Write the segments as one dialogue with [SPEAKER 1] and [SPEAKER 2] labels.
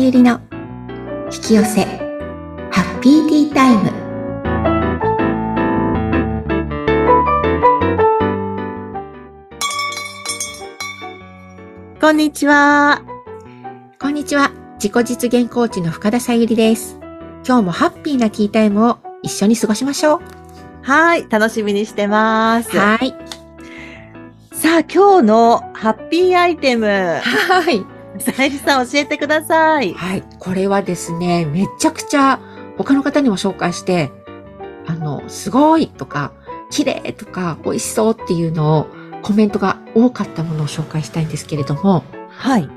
[SPEAKER 1] ゆりの引き寄せハッピーティータイム
[SPEAKER 2] こんにちは。
[SPEAKER 1] こんにちは自己実現コーチの深田さゆりです今日もハッピーなティータイムを一緒に過ごしましょう
[SPEAKER 2] はい、楽しみにしてます。
[SPEAKER 1] はい
[SPEAKER 2] さあ、今日のハッピーアイテム、
[SPEAKER 1] はい
[SPEAKER 2] さゆりさん教えてください。
[SPEAKER 1] はいこれはですねめちゃくちゃ他の方にも紹介してあのすごいとか綺麗とか美味しそうっていうのをコメントが多かったものを紹介したいんですけれども
[SPEAKER 2] はい。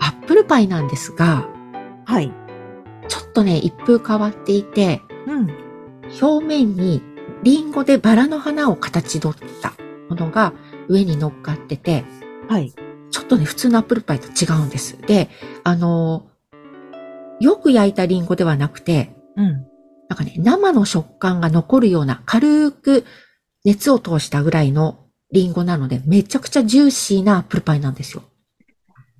[SPEAKER 1] アップルパイなんですが
[SPEAKER 2] はい。
[SPEAKER 1] ちょっとね、一風変わっていて、
[SPEAKER 2] うん。
[SPEAKER 1] 表面にリンゴでバラの花を形取ったものが上に乗っかってて、
[SPEAKER 2] はい。
[SPEAKER 1] ちょっとね、普通のアップルパイと違うんです。で、あのーよく焼いたリンゴではなくて、
[SPEAKER 2] うん。
[SPEAKER 1] なんかね、生の食感が残るような軽く熱を通したぐらいのリンゴなので、めちゃくちゃジューシーなアップルパイなんですよ。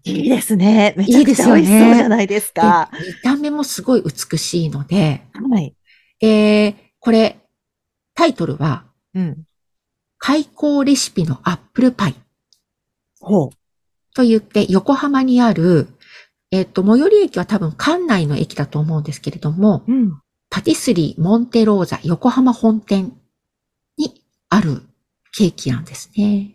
[SPEAKER 2] いいですね。めち
[SPEAKER 1] い
[SPEAKER 2] ゃ
[SPEAKER 1] い
[SPEAKER 2] く
[SPEAKER 1] です
[SPEAKER 2] ちゃ
[SPEAKER 1] よね
[SPEAKER 2] 美味しそうじゃないです
[SPEAKER 1] で
[SPEAKER 2] か。
[SPEAKER 1] 見た目もすごい美しいので、
[SPEAKER 2] はい。
[SPEAKER 1] で、これ、タイトルは、
[SPEAKER 2] うん。
[SPEAKER 1] 開口レシピのアップルパイ
[SPEAKER 2] ほう。
[SPEAKER 1] と言って、横浜にある、えっ、と、最寄り駅は多分館内の駅だと思うんですけれども、
[SPEAKER 2] うん。
[SPEAKER 1] パティスリーモンテローザ横浜本店にあるケーキなんですね。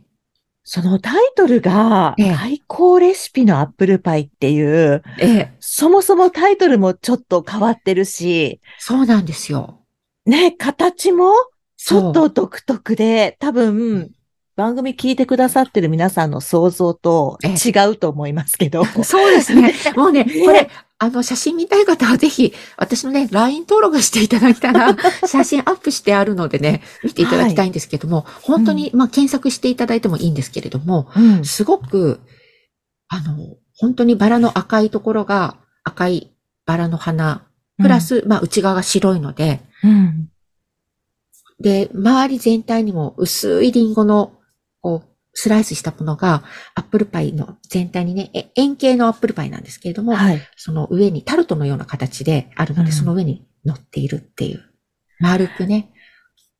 [SPEAKER 2] そのタイトルが、
[SPEAKER 1] ええ
[SPEAKER 2] 最高レシピのアップルパイっていう、
[SPEAKER 1] ええ、
[SPEAKER 2] そもそもタイトルもちょっと変わってるし、
[SPEAKER 1] そうなんですよ。
[SPEAKER 2] ね、形もち
[SPEAKER 1] そ
[SPEAKER 2] ょ
[SPEAKER 1] う
[SPEAKER 2] っと独特で、多分、番組聞いてくださってる皆さんの想像と
[SPEAKER 1] え
[SPEAKER 2] 違うと思います けど。
[SPEAKER 1] そうです ね。もうね、
[SPEAKER 2] ね
[SPEAKER 1] これ、あの、写真見たい方はぜひ、私のね、LINE 登録していただいた ら、写真アップしてあるのでね、見ていただきたいんですけども、本当に、まあ、検索していただいてもいいんですけれども、
[SPEAKER 2] うん
[SPEAKER 1] すごく、あの、本当にバラの赤いところが赤いバラの花、プラ、ス、まあ、内側が白いので、
[SPEAKER 2] うん
[SPEAKER 1] で、周り全体にも薄いリンゴの、こう、スライスしたものが、アップルパイの全体にね、え円形のアップルパイなんですけれども、
[SPEAKER 2] はい。
[SPEAKER 1] その上にタルトのような形であるので、
[SPEAKER 2] うん
[SPEAKER 1] その上に乗っているっていう。丸くね。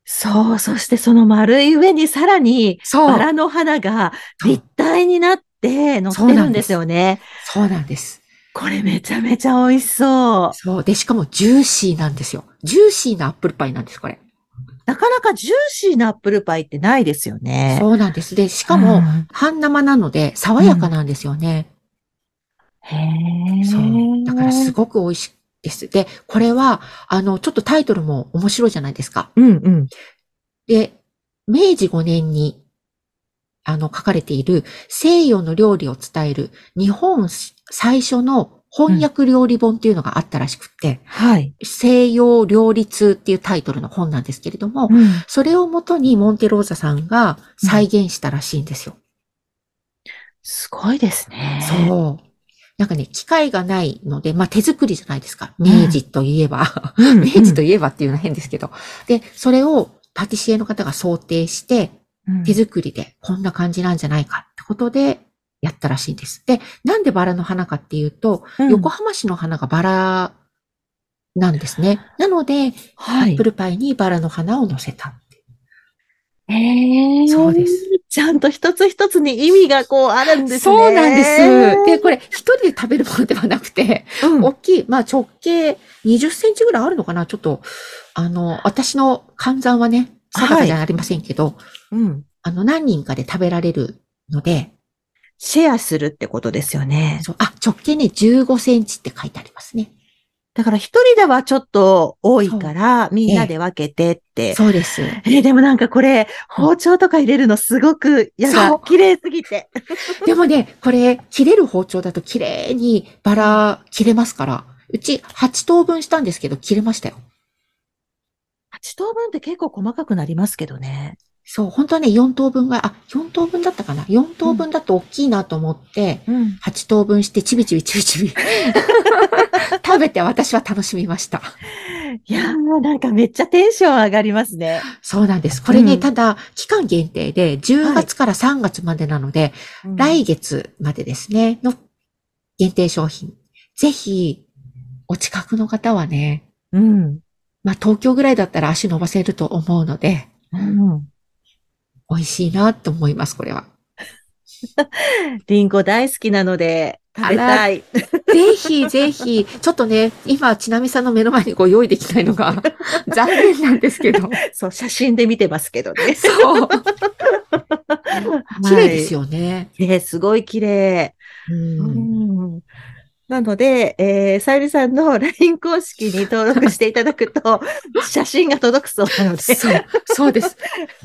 [SPEAKER 2] そう、そしてその丸い上にさらに、
[SPEAKER 1] そ
[SPEAKER 2] バラの花が
[SPEAKER 1] そう
[SPEAKER 2] 立体になって乗ってるんですよね。
[SPEAKER 1] そうなんです。
[SPEAKER 2] これめちゃめちゃ美味しそう。
[SPEAKER 1] そう。で、しかもジューシーなんですよ。ジューシーなアップルパイなんです、これ。
[SPEAKER 2] なかなかジューシーなアップルパイってないですよね。
[SPEAKER 1] そうなんです。で、し
[SPEAKER 2] し
[SPEAKER 1] かも、半生なので、爽やかなんですよね。
[SPEAKER 2] へえ。
[SPEAKER 1] そう。だからすごく美味しいです。で、これは、あの、ちょっとタイトルも面白いじゃないですか。
[SPEAKER 2] うんうん。
[SPEAKER 1] で、明治5年に、あの、書かれている西洋の料理を伝える日本最初の翻訳料理本っていうのがあったらしくって、
[SPEAKER 2] はい。
[SPEAKER 1] 西洋料理通っていうタイトルの本なんですけれども、
[SPEAKER 2] うん
[SPEAKER 1] それをもとにモンテローザさんが再現したらしいんですよ。
[SPEAKER 2] すごいですね。う。
[SPEAKER 1] そう。なんかね、機械がないので、まあ、手作りじゃないですか。明治といえば。明治といえばっていうのは変ですけど。で、それをパティシエの方が想定して、手作りでこんな感じなんじゃないかってことでやったらしいんです。で、なんでバラの花かっていうと、
[SPEAKER 2] うん
[SPEAKER 1] 横浜市の花がバラなんですね。なので、
[SPEAKER 2] は
[SPEAKER 1] アッ
[SPEAKER 2] い
[SPEAKER 1] プ。ルパイにバラの花を乗せた。
[SPEAKER 2] へえ。
[SPEAKER 1] そうです。
[SPEAKER 2] ちゃんと一つ一つに意味がこうあるんですね。
[SPEAKER 1] そうなんです。で、これ一人で食べるものではなくて、
[SPEAKER 2] うん
[SPEAKER 1] 大きい、まあ直径20センチぐらいあるのかなちょっと、あの、私の換算はね、定かじゃありませんけど、
[SPEAKER 2] うん。
[SPEAKER 1] あの、何人かで食べられるので、
[SPEAKER 2] シェアするってことですよね。
[SPEAKER 1] そうあ、直径ね、15センチって書いてありますね。
[SPEAKER 2] だから一人ではちょっと多いから、みんなで分けてって。
[SPEAKER 1] そう です。
[SPEAKER 2] えーでもなんかこれ、包丁とか入れるのすごく嫌
[SPEAKER 1] そ
[SPEAKER 2] だ
[SPEAKER 1] う。
[SPEAKER 2] 綺麗すぎて。
[SPEAKER 1] でもね、これ、切れる包丁だと綺麗にバラ切れますから、うち8等分したんですけど、切れましたよ。
[SPEAKER 2] 8等分って結構細かくなりますけどね。
[SPEAKER 1] そう、本当はね、4等分が、あ、4等分だったかな ?4 等分だと大きいなと思って、
[SPEAKER 2] うん。
[SPEAKER 1] 8等分して、ちびちびちび ちび。食べて私は楽しみました。
[SPEAKER 2] いやー、なんかめっちゃテンション上がりますね。
[SPEAKER 1] そうなんです。これね、
[SPEAKER 2] うん
[SPEAKER 1] ただ、期間限定で、10月から3月までなので、来月までですね、の限定商品ぜひ、お近くの方はね、
[SPEAKER 2] うん。
[SPEAKER 1] まあ東京ぐらいだったら足伸ばせると思うので、
[SPEAKER 2] うん。
[SPEAKER 1] 美味しいなと思います、これは。
[SPEAKER 2] リンゴ大好きなので、食べたい。
[SPEAKER 1] ぜひぜひ、ちょっとね、今、ちなみさんの目の前にご用意できないの が残念なんですけど。
[SPEAKER 2] そう、写真で見てますけど ね。
[SPEAKER 1] そう。綺麗です
[SPEAKER 2] よ。
[SPEAKER 1] よね。
[SPEAKER 2] ね、すごい綺麗。
[SPEAKER 1] うん
[SPEAKER 2] うんなので、えー、さゆりさんの LINE 公式に登録していただ くと、写真が届くそうなので、
[SPEAKER 1] そう、そうです。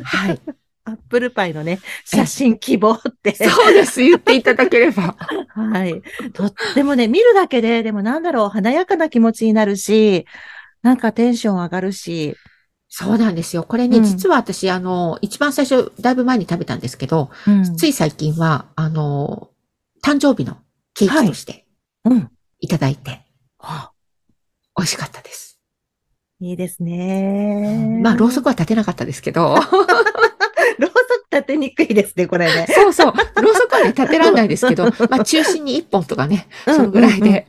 [SPEAKER 1] はい。
[SPEAKER 2] アップルパイのね、写真希望って、
[SPEAKER 1] そうです。言っていただければ。
[SPEAKER 2] はい。とってもね、見るだけで、でもなんだろう、華やかな気持ちになるし、なんかテンション上がるし、
[SPEAKER 1] そうなんですよ。これね、
[SPEAKER 2] うん
[SPEAKER 1] 実は私、あの、一番最初、だいぶ前に食べたんですけど、
[SPEAKER 2] うん
[SPEAKER 1] つい最近は、あの、誕生日のケーキとして
[SPEAKER 2] うん。
[SPEAKER 1] いただいて、
[SPEAKER 2] あ
[SPEAKER 1] 美味しかったです。
[SPEAKER 2] いいですね。
[SPEAKER 1] まあ、ろうそ
[SPEAKER 2] く、
[SPEAKER 1] くは立てなかったですけど、
[SPEAKER 2] ろうそく立てにくいですね、これね。
[SPEAKER 1] そうそう、ろうそくはね、立てらんないですけど、 まあ、中心に1本とかね、 そのぐらいで、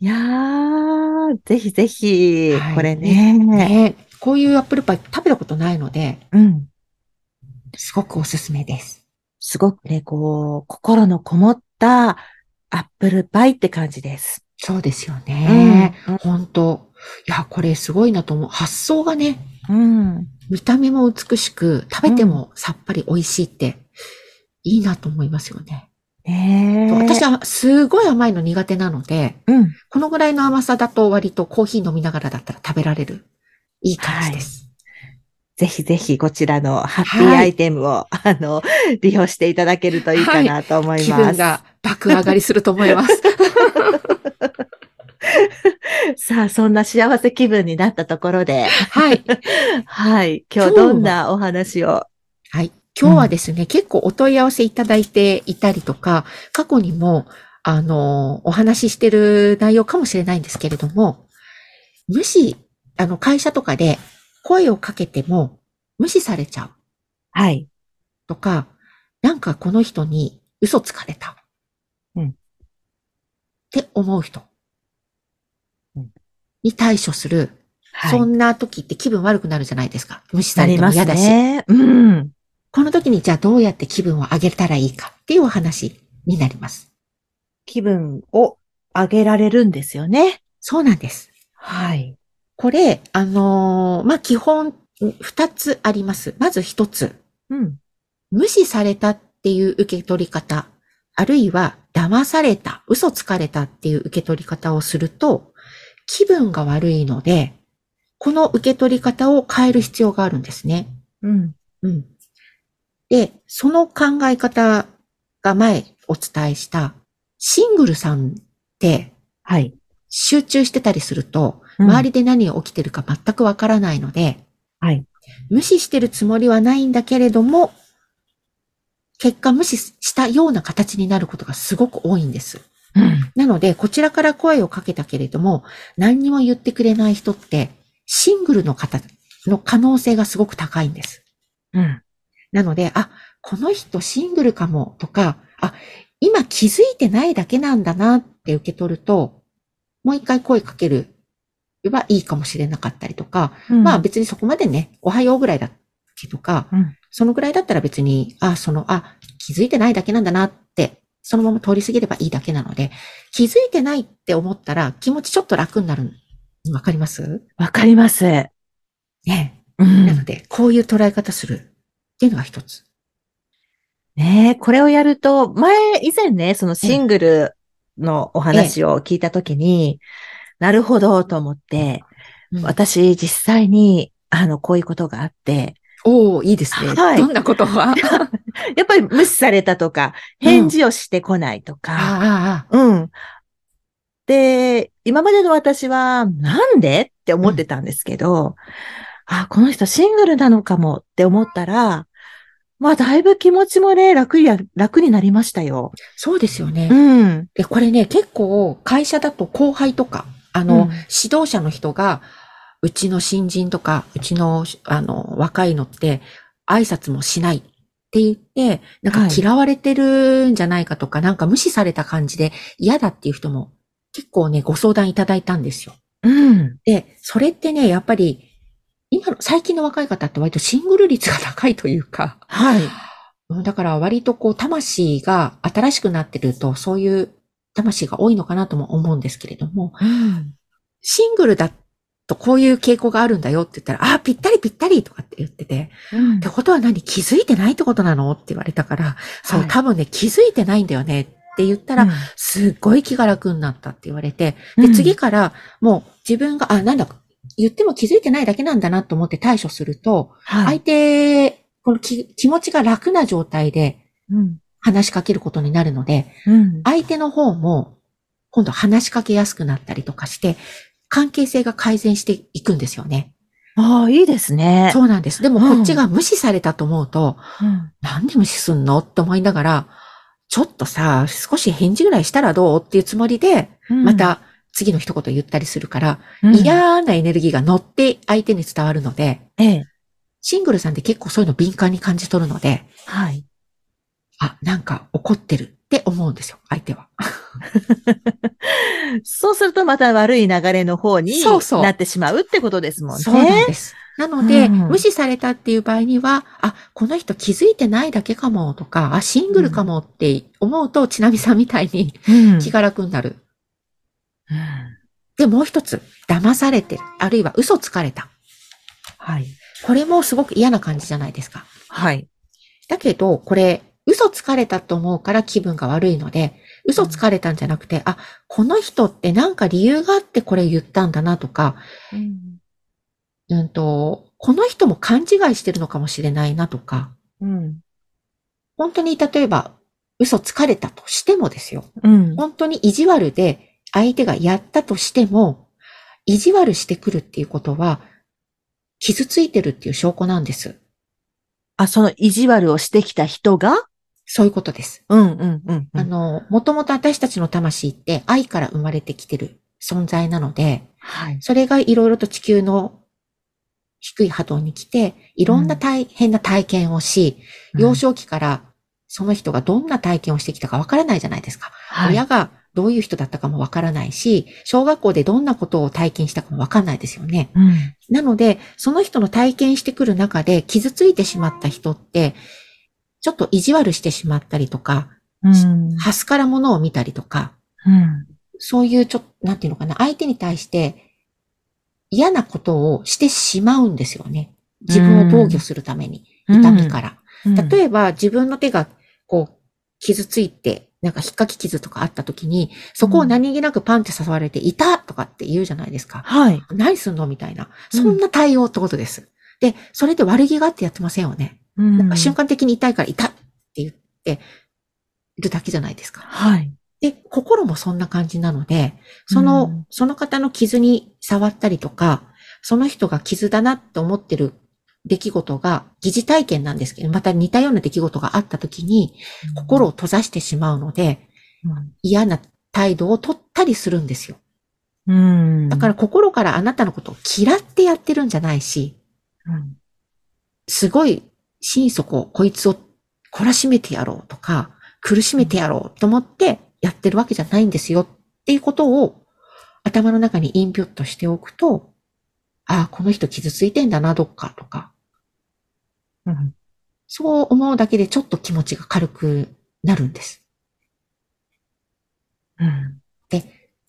[SPEAKER 2] いやー、ぜひぜひ
[SPEAKER 1] はい、
[SPEAKER 2] これね。
[SPEAKER 1] ね、こういうアップルパイ食べたことないので、
[SPEAKER 2] うん。
[SPEAKER 1] すごくおすすめです。
[SPEAKER 2] すごくね、こう、心のこもったアップルパイって感じです。
[SPEAKER 1] そうですよね。
[SPEAKER 2] うん
[SPEAKER 1] 本当いや、これすごいなと思う。発想がね、
[SPEAKER 2] うん。
[SPEAKER 1] 見た目も美しく、食べてもさっぱり美味しいって、いいなと思いますよね。
[SPEAKER 2] ねえ。
[SPEAKER 1] 私はすごい甘いの苦手なので、
[SPEAKER 2] うん。
[SPEAKER 1] このぐらいの甘さだと割とコーヒー飲みながらだったら食べられる。いい感じです。
[SPEAKER 2] ぜひぜひこちらのハッピーアイテムを、あの、 利用していただけるといいかなと思い
[SPEAKER 1] 気
[SPEAKER 2] ま
[SPEAKER 1] 分
[SPEAKER 2] す。
[SPEAKER 1] が爆上がりすると思い ます。
[SPEAKER 2] さあ、そんな幸せ気分になったところで、
[SPEAKER 1] はい。
[SPEAKER 2] はい。今
[SPEAKER 1] 今
[SPEAKER 2] 日
[SPEAKER 1] 日は
[SPEAKER 2] どんなお話を。
[SPEAKER 1] はい。今日はですね、結構お問い合わせいただいていたりとか、過去にも、あの、お話ししてる内容かもしれないんですけれども、無視、あの、会社とかで声をかけても無視されちゃう
[SPEAKER 2] はい。
[SPEAKER 1] とか、なんかこの人に嘘つかれた。
[SPEAKER 2] うん
[SPEAKER 1] って思う人
[SPEAKER 2] うん。
[SPEAKER 1] に対処する、
[SPEAKER 2] はい。
[SPEAKER 1] そんな時って気分悪くなるじゃないですか。無視さ
[SPEAKER 2] な
[SPEAKER 1] れ
[SPEAKER 2] り
[SPEAKER 1] ても
[SPEAKER 2] ます
[SPEAKER 1] 嫌だし。
[SPEAKER 2] ね。うん。
[SPEAKER 1] この時にじゃあどうやって気分を上げたらいいかっていうお話になります。
[SPEAKER 2] 気分を上げられるんですよね。
[SPEAKER 1] そうなんです。
[SPEAKER 2] はい。
[SPEAKER 1] これ、あのーまあ、基本二つあります。まず一つ。
[SPEAKER 2] うん。
[SPEAKER 1] 無視されたっていう受け取り方、あるいは騙された、嘘つかれたっていう受け取り方をすると、気分が悪いので、この受け取り方を変える必要があるんですね。
[SPEAKER 2] うん。
[SPEAKER 1] うん。で、その考え方が前お伝えした、シングルさんって
[SPEAKER 2] はい。
[SPEAKER 1] 集中してたりすると、
[SPEAKER 2] うん
[SPEAKER 1] 周りで何が起きてるか全くわからないので、
[SPEAKER 2] はい。
[SPEAKER 1] 無視してるつもりはないんだけれども、結果無視したような形になることがすごく多いんです。
[SPEAKER 2] うん。
[SPEAKER 1] なので、こちらから声をかけたけれども、何にも言ってくれない人って、シングルの方の可能性がすごく高いんです。
[SPEAKER 2] うん。
[SPEAKER 1] なので、あ、この人シングルかもとか、あ、今気づいてないだけなんだなって受け取ると、もう一回声かけるはいいかもしれなかったりとか、まあ別にそこまでね、おはようぐらいだっけとか、
[SPEAKER 2] うん
[SPEAKER 1] そのぐらいだったら別に、あ、その、あ、気づいてないだけなんだなって、そのまま通り過ぎればいいだけなので、気づいてないって思ったら気持ちちょっと楽になる。わかります
[SPEAKER 2] わかります。
[SPEAKER 1] ね
[SPEAKER 2] う
[SPEAKER 1] えなの
[SPEAKER 2] ん、
[SPEAKER 1] で、こういう捉え方するっていうのが一つ。
[SPEAKER 2] ねえこれをやると、前、以前ね、そのシングルのお話を聞いたときに、なるほどと思って、
[SPEAKER 1] うん
[SPEAKER 2] 私実際に、あの、こういうことがあって、
[SPEAKER 1] おおいいですね。
[SPEAKER 2] はい
[SPEAKER 1] どんなことはあ
[SPEAKER 2] やっぱり無視されたとか、返事をしてこないとか、
[SPEAKER 1] あ、
[SPEAKER 2] うん。で、今までの私は、なんでって思ってたんですけど、あ、この人シングルなのかもって思ったら、まあ、だいぶ気持ちもね、楽にや、楽になりましたよ。
[SPEAKER 1] そうですよね、
[SPEAKER 2] うん。
[SPEAKER 1] で。これね、結構会社だと後輩とか、あの、
[SPEAKER 2] うん
[SPEAKER 1] 指導者の人が、うちの新人とか、うちの、あの、若いのって、挨拶もしないって言って、なんか
[SPEAKER 2] はい
[SPEAKER 1] 嫌われてるんじゃないかとか、なんか無視された感じで嫌だっていう人も結構ね、ご相談いただいたんですよ。
[SPEAKER 2] うん。
[SPEAKER 1] で、それってね、やっぱり、今の、最近の若い方って割とシングル率が高いというか、
[SPEAKER 2] はい。
[SPEAKER 1] うんだから割とこう、魂が新しくなってると、そういう魂が多いのかなとも思うんですけれども、シングルだとこういう傾向があるんだよって言ったら、ああ、ぴったりぴったりとかって言ってて、
[SPEAKER 2] うん
[SPEAKER 1] ってことは何気づいてないってことなのって言われたから、そう、
[SPEAKER 2] はい
[SPEAKER 1] 多分ね、気づいてないんだよねって言ったら、すっごい気が楽になったって言われて、
[SPEAKER 2] う
[SPEAKER 1] で、
[SPEAKER 2] ん
[SPEAKER 1] 次から、もう自分が、あ、なんだ、言っても気づいてないだけなんだなと思って対処すると、
[SPEAKER 2] は
[SPEAKER 1] 相
[SPEAKER 2] い。
[SPEAKER 1] 手、この気気持ちが楽な状態で
[SPEAKER 2] うん。
[SPEAKER 1] 話しかけることになるので、
[SPEAKER 2] うん。
[SPEAKER 1] 相手の方も、今度話しかけやすくなったりとかして、関係性が改善していくんですよね。
[SPEAKER 2] ああ、いいですね。
[SPEAKER 1] そうなんです。でも
[SPEAKER 2] うん
[SPEAKER 1] こっちが無視されたと思うと、
[SPEAKER 2] うん
[SPEAKER 1] なんで無視すんのって思いながら、ちょっとさ、少し返事ぐらいしたらどうっていうつもりで、ま、た次の一言言ったりするから、
[SPEAKER 2] うん、
[SPEAKER 1] 嫌なエネルギーが乗って相手に伝わるので、
[SPEAKER 2] ええ。
[SPEAKER 1] シングルさんって結構そういうの敏感に感じ取るので、
[SPEAKER 2] はい。
[SPEAKER 1] あ、なんか怒ってるって思うんですよ、相手は。
[SPEAKER 2] そうするとまた悪い流れの方に
[SPEAKER 1] そうそう
[SPEAKER 2] なってしまうってことですもんね。
[SPEAKER 1] そうなんです。なので、
[SPEAKER 2] うん
[SPEAKER 1] 無視されたっていう場合には、あ、この人気づいてないだけかもとか、あ、シングルかもって思うと、ちなみさんみたいに
[SPEAKER 2] うん
[SPEAKER 1] 気が楽になる。
[SPEAKER 2] うん
[SPEAKER 1] で、もう一つ、騙されてる、あるいは嘘つかれた。
[SPEAKER 2] はい。
[SPEAKER 1] これもすごく嫌な感じじゃないですか。
[SPEAKER 2] はい。
[SPEAKER 1] だけど、これ、嘘つかれたと思うから気分が悪いので、嘘つかれたんじゃなくて、あ、この人ってなんか理由があってこれ言ったんだなとか、うんと、この人も勘違いしてるのかもしれないなとか、
[SPEAKER 2] うん。
[SPEAKER 1] 本当に例えば嘘つかれたとしてもですよ。
[SPEAKER 2] うん。
[SPEAKER 1] 本当に意地悪で相手がやったとしても、意地悪してくるっていうことは、傷ついてるっていう証拠なんです。
[SPEAKER 2] あ、その意地悪をしてきた人が
[SPEAKER 1] そういうことです。
[SPEAKER 2] うんうんうんう
[SPEAKER 1] あ
[SPEAKER 2] ん。
[SPEAKER 1] の、もともと私たちの魂って愛から生まれてきてる存在なので、
[SPEAKER 2] はい。
[SPEAKER 1] それがいろいろと地球の低い波動に来て、いろんな大変な体験をし、幼少期からその人がどんな体験をしてきたかわからないじゃないですか。
[SPEAKER 2] はい
[SPEAKER 1] 親がどういう人だったかもわからないし、小学校でどんなことを体験したかもわかんないですよね。
[SPEAKER 2] うん
[SPEAKER 1] なので、その人の体験してくる中で傷ついてしまった人って、ちょっと意地悪してしまったりとか、
[SPEAKER 2] うん
[SPEAKER 1] ハスからものを見たりとか、
[SPEAKER 2] うん
[SPEAKER 1] そういうちょっと、なんていうのかな、相手に対して嫌なことをしてしまうんですよね。自分を防御するために、
[SPEAKER 2] うん
[SPEAKER 1] 痛みから。
[SPEAKER 2] うん
[SPEAKER 1] 例えば自分の手がこう傷ついて、なんか引っかき傷とかあった時に、そこを何気なくパンって誘われて、いたとかって言うじゃないですか。
[SPEAKER 2] はい。
[SPEAKER 1] 何すんのみたいな。
[SPEAKER 2] うん
[SPEAKER 1] そんな対応ってことです。で、それで悪気があってやってませんよね。
[SPEAKER 2] な
[SPEAKER 1] なんか瞬間的に痛いから痛って言ってるだけじゃないですか。
[SPEAKER 2] はい。
[SPEAKER 1] で、心もそんな感じなので、その、
[SPEAKER 2] うん
[SPEAKER 1] その方の傷に触ったりとか、その人が傷だなって思ってる出来事が疑似体験なんですけど、また似たような出来事があった時に、心を閉ざしてしまうので、嫌な態度を取ったりするんですよ。
[SPEAKER 2] うん。
[SPEAKER 1] だから心からあなたのことを嫌ってやってるんじゃないし、
[SPEAKER 2] ら、うん
[SPEAKER 1] すごい心底こいつを懲らしめてやろうとか、苦しめてやろうと思ってやってるわけじゃないんですよっていうことを頭の中にインプットしておくと、ああ、この人傷ついてんだな、どっかとか、
[SPEAKER 2] うん
[SPEAKER 1] そう思うだけでちょっと気持ちが軽くなるんです。
[SPEAKER 2] うん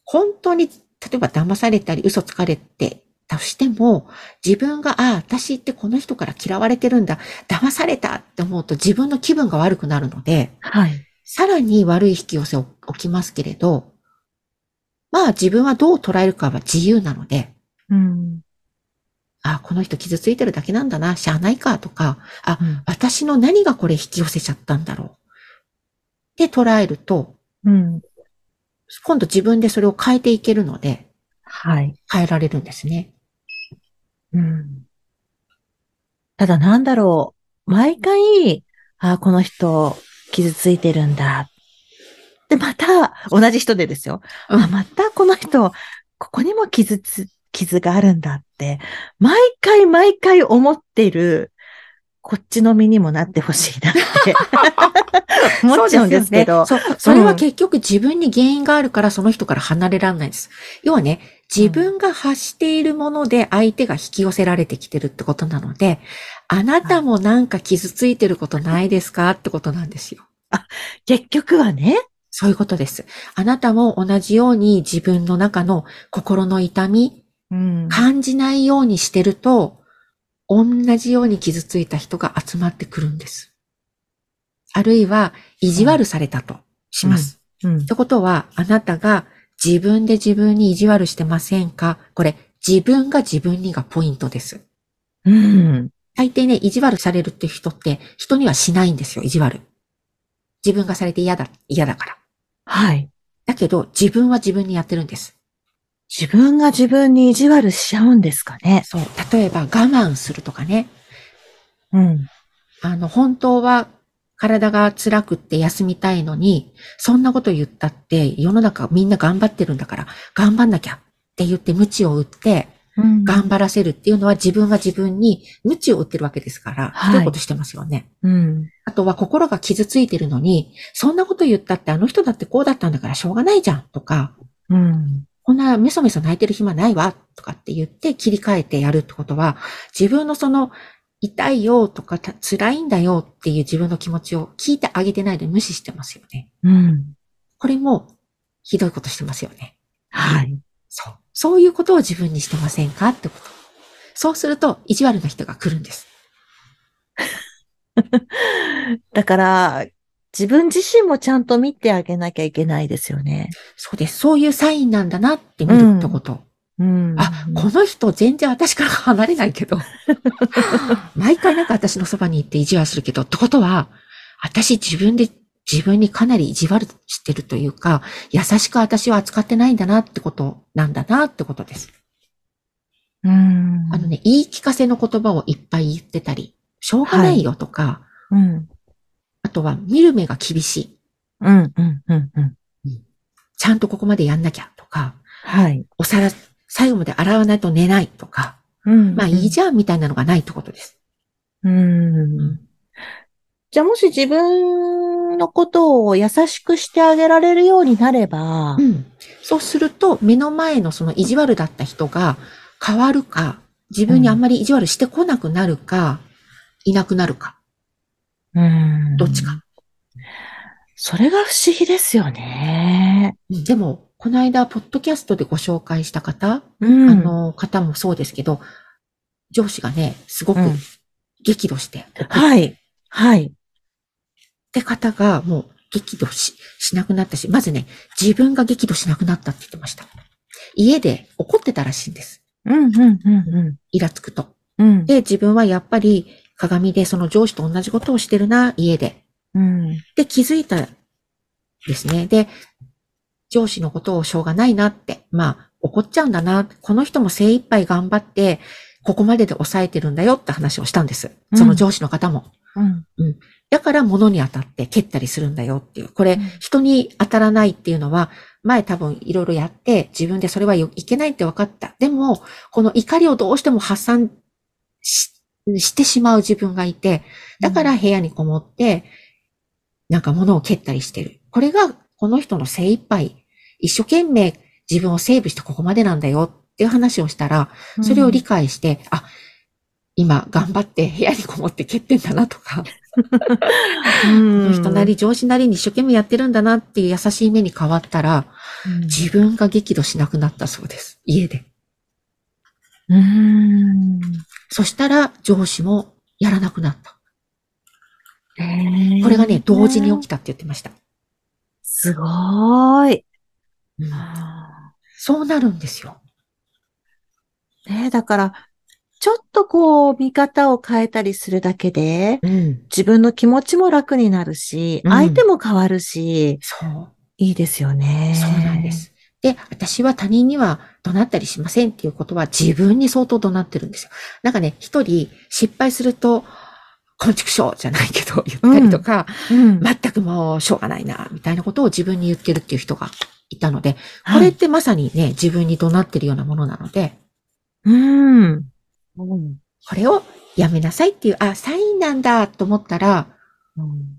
[SPEAKER 1] 本当に、例えば騙されたり嘘つかれてたとしても、自分が、ああ、私ってこの人から嫌われてるんだ、騙されたって思うと自分の気分が悪くなるので、
[SPEAKER 2] はい。
[SPEAKER 1] さらに悪い引き寄せを起きますけれど、まあ自分はどう捉えるかは自由なので、
[SPEAKER 2] うん
[SPEAKER 1] あ、この人傷ついてるだけなんだな、しゃあないかとか、
[SPEAKER 2] うん
[SPEAKER 1] 私の何がこれ引き寄せちゃったんだろう。で捉えると、
[SPEAKER 2] うん
[SPEAKER 1] 今度自分でそれを変えていけるので、
[SPEAKER 2] はい。
[SPEAKER 1] 変えられるんですね。
[SPEAKER 2] うんただなんだろう。毎回、あーこの人、傷ついてるんだ。で、また、同じ人でですよ。
[SPEAKER 1] うん
[SPEAKER 2] あまたこの人、ここにも傷つ、傷があるんだって、毎回毎回思ってる、こっちの身にもなってほしいなって 思っちゃうんですけど。
[SPEAKER 1] そう,、そう。それは結局自分に原因があるからその人から離れられないんです。要はね、自分が発しているもので相手が引き寄せられてきてるってことなので、あなたもなんか傷ついてることないですかってことなんですよ。
[SPEAKER 2] 結局はね。
[SPEAKER 1] そういうことです。あなたも同じように自分の中の心の痛み、
[SPEAKER 2] うん
[SPEAKER 1] 感じないようにしてると、同じように傷ついた人が集まってくるんです。あるいは、意地悪されたとします。
[SPEAKER 2] うん
[SPEAKER 1] ってことは、あなたが自分で自分に意地悪してませんかこれ、自分が自分にがポイントです。
[SPEAKER 2] うん。
[SPEAKER 1] 大抵ね、意地悪されるって人って、人にはしないんですよ、意地悪。自分がされて嫌だ、嫌だから。
[SPEAKER 2] はい。
[SPEAKER 1] だけど、自分は自分にやってるんです。
[SPEAKER 2] 自分が自分に意地悪しちゃうんですかね。
[SPEAKER 1] そう。例えば、我慢するとかね。
[SPEAKER 2] うん。
[SPEAKER 1] あの、本当は体が辛くって休みたいのに、そんなこと言ったって、世の中みんな頑張ってるんだから、頑張んなきゃって言って無知を打って、
[SPEAKER 2] うん
[SPEAKER 1] 頑張らせるっていうのは自分が自分に無知を打ってるわけですから、
[SPEAKER 2] はい
[SPEAKER 1] ひどいことしてますよね。
[SPEAKER 2] うん。
[SPEAKER 1] あとは心が傷ついてるのに、そんなこと言ったってあの人だってこうだったんだからしょうがないじゃんとか、
[SPEAKER 2] うん。
[SPEAKER 1] こんなメソメソ泣いてる暇ないわとかって言って切り替えてやるってことは、自分のその痛いよとかた辛いんだよっていう自分の気持ちを聞いてあげてないで無視してますよね。
[SPEAKER 2] うん。
[SPEAKER 1] これもひどいことしてますよね。
[SPEAKER 2] はい。
[SPEAKER 1] そう。そういうことを自分にしてませんかってこと。そうすると意地悪な人が来るんです。
[SPEAKER 2] だから、自分自身もちゃんと見てあげなきゃいけないですよね。
[SPEAKER 1] そうです。そういうサインなんだなって見るってこと。
[SPEAKER 2] うん
[SPEAKER 1] あ、この人全然私から離れないけ ど。毎回なんか私のそばに行って意地悪するけど、ってことは、私自分で自分にかなり意地悪してるというか、優しく私は扱ってないんだなってことなんだなってことです。
[SPEAKER 2] うん。
[SPEAKER 1] あのね、言い聞かせの言葉をいっぱい言ってたり、しょうがないよとか、
[SPEAKER 2] うん。
[SPEAKER 1] あとは見る目が厳しい。
[SPEAKER 2] うん。うん。うん。うん。
[SPEAKER 1] ちゃんとここまでやんなきゃとか、
[SPEAKER 2] はい。
[SPEAKER 1] お皿最後まで洗わないと寝ないとか、
[SPEAKER 2] うん
[SPEAKER 1] まあいいじゃんみたいなのがないってことです。
[SPEAKER 2] ゃうん。じゃあもし自分のことを優しくしてあげられるようになれば
[SPEAKER 1] う、ん。そうすると、目の前のその意地悪だった人が変わるか、自分にあんまり意地悪してこなくなるか、いなくなるか、
[SPEAKER 2] うん
[SPEAKER 1] どっち。か。
[SPEAKER 2] それが不思議ですよね。
[SPEAKER 1] うんでも、この間、ポッドキャストでご紹介した方、
[SPEAKER 2] うん
[SPEAKER 1] あの方もそうですけど、上司がね、すごく
[SPEAKER 2] うん
[SPEAKER 1] 激怒して、怒っ
[SPEAKER 2] はい。はい。
[SPEAKER 1] て方がもう激怒ししなくなったし、まずね、自分が激怒しなくなったって言ってました。家で怒ってたらしいんです。
[SPEAKER 2] うん、うん、うん、
[SPEAKER 1] イラつくと。
[SPEAKER 2] うん。
[SPEAKER 1] で、自分はやっぱり鏡でその上司と同じことをしてるな、家で。
[SPEAKER 2] うん。
[SPEAKER 1] で、気づいたんですね。で、上司のことをしょうがないなって、まあ、怒っちゃうんだな。この人も精一杯頑張って、ここまでで抑えてるんだよって話をしたんです。その上司の方も。
[SPEAKER 2] うん。
[SPEAKER 1] だから物に当たって蹴ったりするんだよっていう。これ
[SPEAKER 2] うん、
[SPEAKER 1] 人に当たらないっていうのは、前多分いろいろやって、自分でそれはよいけないって分かった。でも、この怒りをどうしても発散ししてしまう自分がいて、だから部屋にこもって、なんか物を蹴ったりしてる。これが、この人の精一杯、一生懸命自分をセーブしてここまでなんだよっていう話をしたら、それを理解して、あ、今頑張って部屋にこもって蹴ってんだなとか、
[SPEAKER 2] うん
[SPEAKER 1] 人なり上司なりに一生懸命やってるんだなっていう優しい目に変わったら、自分が激怒しなくなったそうです。家で。
[SPEAKER 2] うん。
[SPEAKER 1] そしたら上司もやらなくなった。
[SPEAKER 2] こ
[SPEAKER 1] これがね、同時に起きたって言ってました。
[SPEAKER 2] すごーい。
[SPEAKER 1] うんそうなるんですよ。
[SPEAKER 2] ねえ、だから、ちょっとこう、見方を変えたりするだけで、
[SPEAKER 1] うん。
[SPEAKER 2] 自分の気持ちも楽になるし、
[SPEAKER 1] うん
[SPEAKER 2] 相手も変わるし、
[SPEAKER 1] そう。
[SPEAKER 2] いいですよね。
[SPEAKER 1] そうなんで。す。で、私は他人には怒鳴ったりしませんっていうことは自分に相当怒鳴ってるんですよ。なんかね、一人失敗すると、こんちくしょうじゃないけど言ったりとか、
[SPEAKER 2] うん。
[SPEAKER 1] 全くもうしょうがないな、みたいなことを自分に言ってるっていう人がいたので、
[SPEAKER 2] はい
[SPEAKER 1] これってまさにね、自分に怒鳴ってるようなものなので、
[SPEAKER 2] うん。
[SPEAKER 1] これをやめなさいっていう、あ、サインなんだと思ったら、
[SPEAKER 2] うん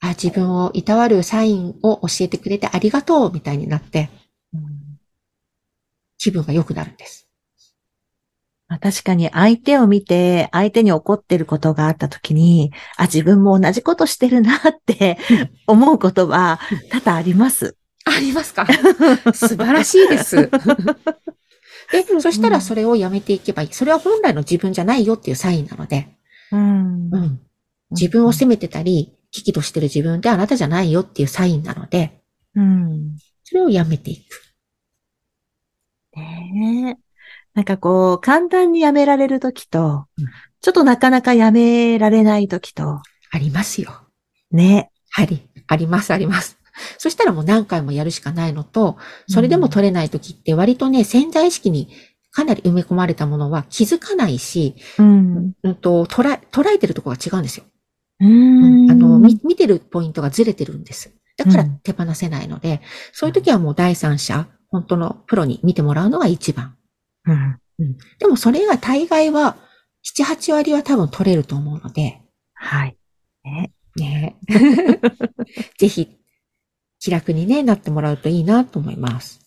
[SPEAKER 1] あ、自分をいたわるサインを教えてくれてありがとうみたいになって、
[SPEAKER 2] うん
[SPEAKER 1] 気分が良くなるんです。
[SPEAKER 2] まあ確かに相手を見て、相手に怒ってることがあった時に、あ、自分も同じことしてるなって思うことは多々あります。
[SPEAKER 1] ありますか 素晴らしい です。で、そしたらそれをやめていけばいい。それは本来の自分じゃないよっていうサインなので、
[SPEAKER 2] うん
[SPEAKER 1] うん、自分を責めてたり、危機としてる自分であなたじゃないよっていうサインなので、
[SPEAKER 2] うん
[SPEAKER 1] それをやめていく。
[SPEAKER 2] ねえ。なんかこう、簡単にやめられるときと
[SPEAKER 1] うん、
[SPEAKER 2] ちょっとなかなかやめられないときと、
[SPEAKER 1] ありますよ。
[SPEAKER 2] ね。
[SPEAKER 1] はい。あります、あります。そしたらもう何回もやるしかないのと、それでも取れない時って割とね、潜在意識にかなり埋め込まれたものは気づかないし、
[SPEAKER 2] うん。
[SPEAKER 1] うんと、捉え、捉えてるところが違うんですよ。
[SPEAKER 2] う
[SPEAKER 1] うん
[SPEAKER 2] ん。
[SPEAKER 1] あの、み見てるポイントがずれてるんです。だから
[SPEAKER 2] うん
[SPEAKER 1] 手放せないので、そういう時はもう第三者、本当のプロに見てもらうのが一番。
[SPEAKER 2] うん
[SPEAKER 1] でもそれが大概は、7、8割は多分取れると思うので、
[SPEAKER 2] はい。
[SPEAKER 1] ねぜひ、気楽にね、なってもらうといいなと思います。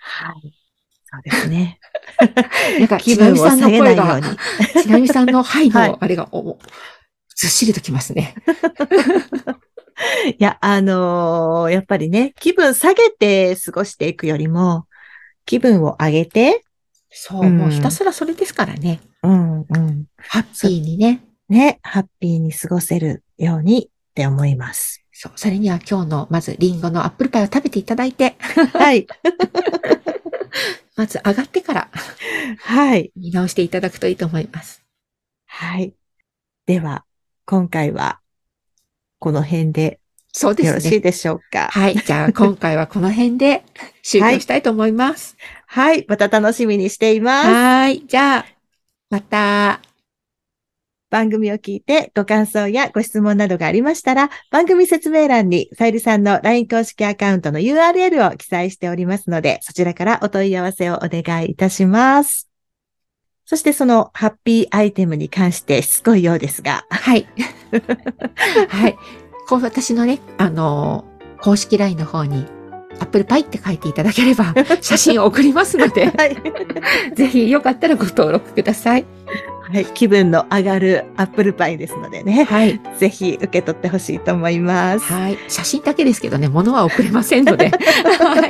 [SPEAKER 2] はい。そうですね。
[SPEAKER 1] なんか、
[SPEAKER 2] 気
[SPEAKER 1] ちな
[SPEAKER 2] 分
[SPEAKER 1] み
[SPEAKER 2] を
[SPEAKER 1] さん
[SPEAKER 2] 下
[SPEAKER 1] の
[SPEAKER 2] げな
[SPEAKER 1] 声
[SPEAKER 2] いよう
[SPEAKER 1] が、
[SPEAKER 2] に。
[SPEAKER 1] ちなみさんのはい
[SPEAKER 2] はい
[SPEAKER 1] の、あれが、おおずっしりときますね。
[SPEAKER 2] いや、あのーやっぱりね、気分下げて過ごしていくよりも、気分を上げて、
[SPEAKER 1] そう、
[SPEAKER 2] うん
[SPEAKER 1] もうひたすらそれですからね。
[SPEAKER 2] うんうん、
[SPEAKER 1] ハッピーにね。
[SPEAKER 2] ね、ハッピーに過ごせるようにって思います。
[SPEAKER 1] そう、それには今日の、まず、リンゴのアップルパイを食べていただいて、
[SPEAKER 2] はい。
[SPEAKER 1] まず上がってから
[SPEAKER 2] はい。
[SPEAKER 1] 見直していただくといいと思います。
[SPEAKER 2] はい。では、今回は、この辺で
[SPEAKER 1] そうで
[SPEAKER 2] よろ
[SPEAKER 1] す
[SPEAKER 2] しい
[SPEAKER 1] ね。
[SPEAKER 2] でしょうか。
[SPEAKER 1] はい、じゃあ今回はこの辺で終了したいと思います。
[SPEAKER 2] はい。また楽しみにしています。
[SPEAKER 1] はーい、じゃあ、また。
[SPEAKER 2] 番組を聞いてご感想やご質問などがありましたら、番組説明欄にさゆりさんの LINE 公式アカウントの URL を記載しておりますので、そちらからお問い合わせをお願いいたします。そしてそのハッピーアイテムに関してしつこいようですが、
[SPEAKER 1] はい。はい。こう、私のね、あのー公式 LINE の方に、アップルパイって書いていただければ、写真を送りますの で、
[SPEAKER 2] はい、
[SPEAKER 1] ぜひよかったらご登録ください。
[SPEAKER 2] はい気分の上がるアップルパイですのでね、
[SPEAKER 1] はい。
[SPEAKER 2] ぜひ受け取ってほしいと思います。は
[SPEAKER 1] はい。写真だけですけどね、物は送れませんので。 は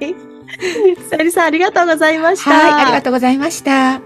[SPEAKER 1] い。
[SPEAKER 2] い。さゆりさんありがとうございました。
[SPEAKER 1] はい。ありがとうございました。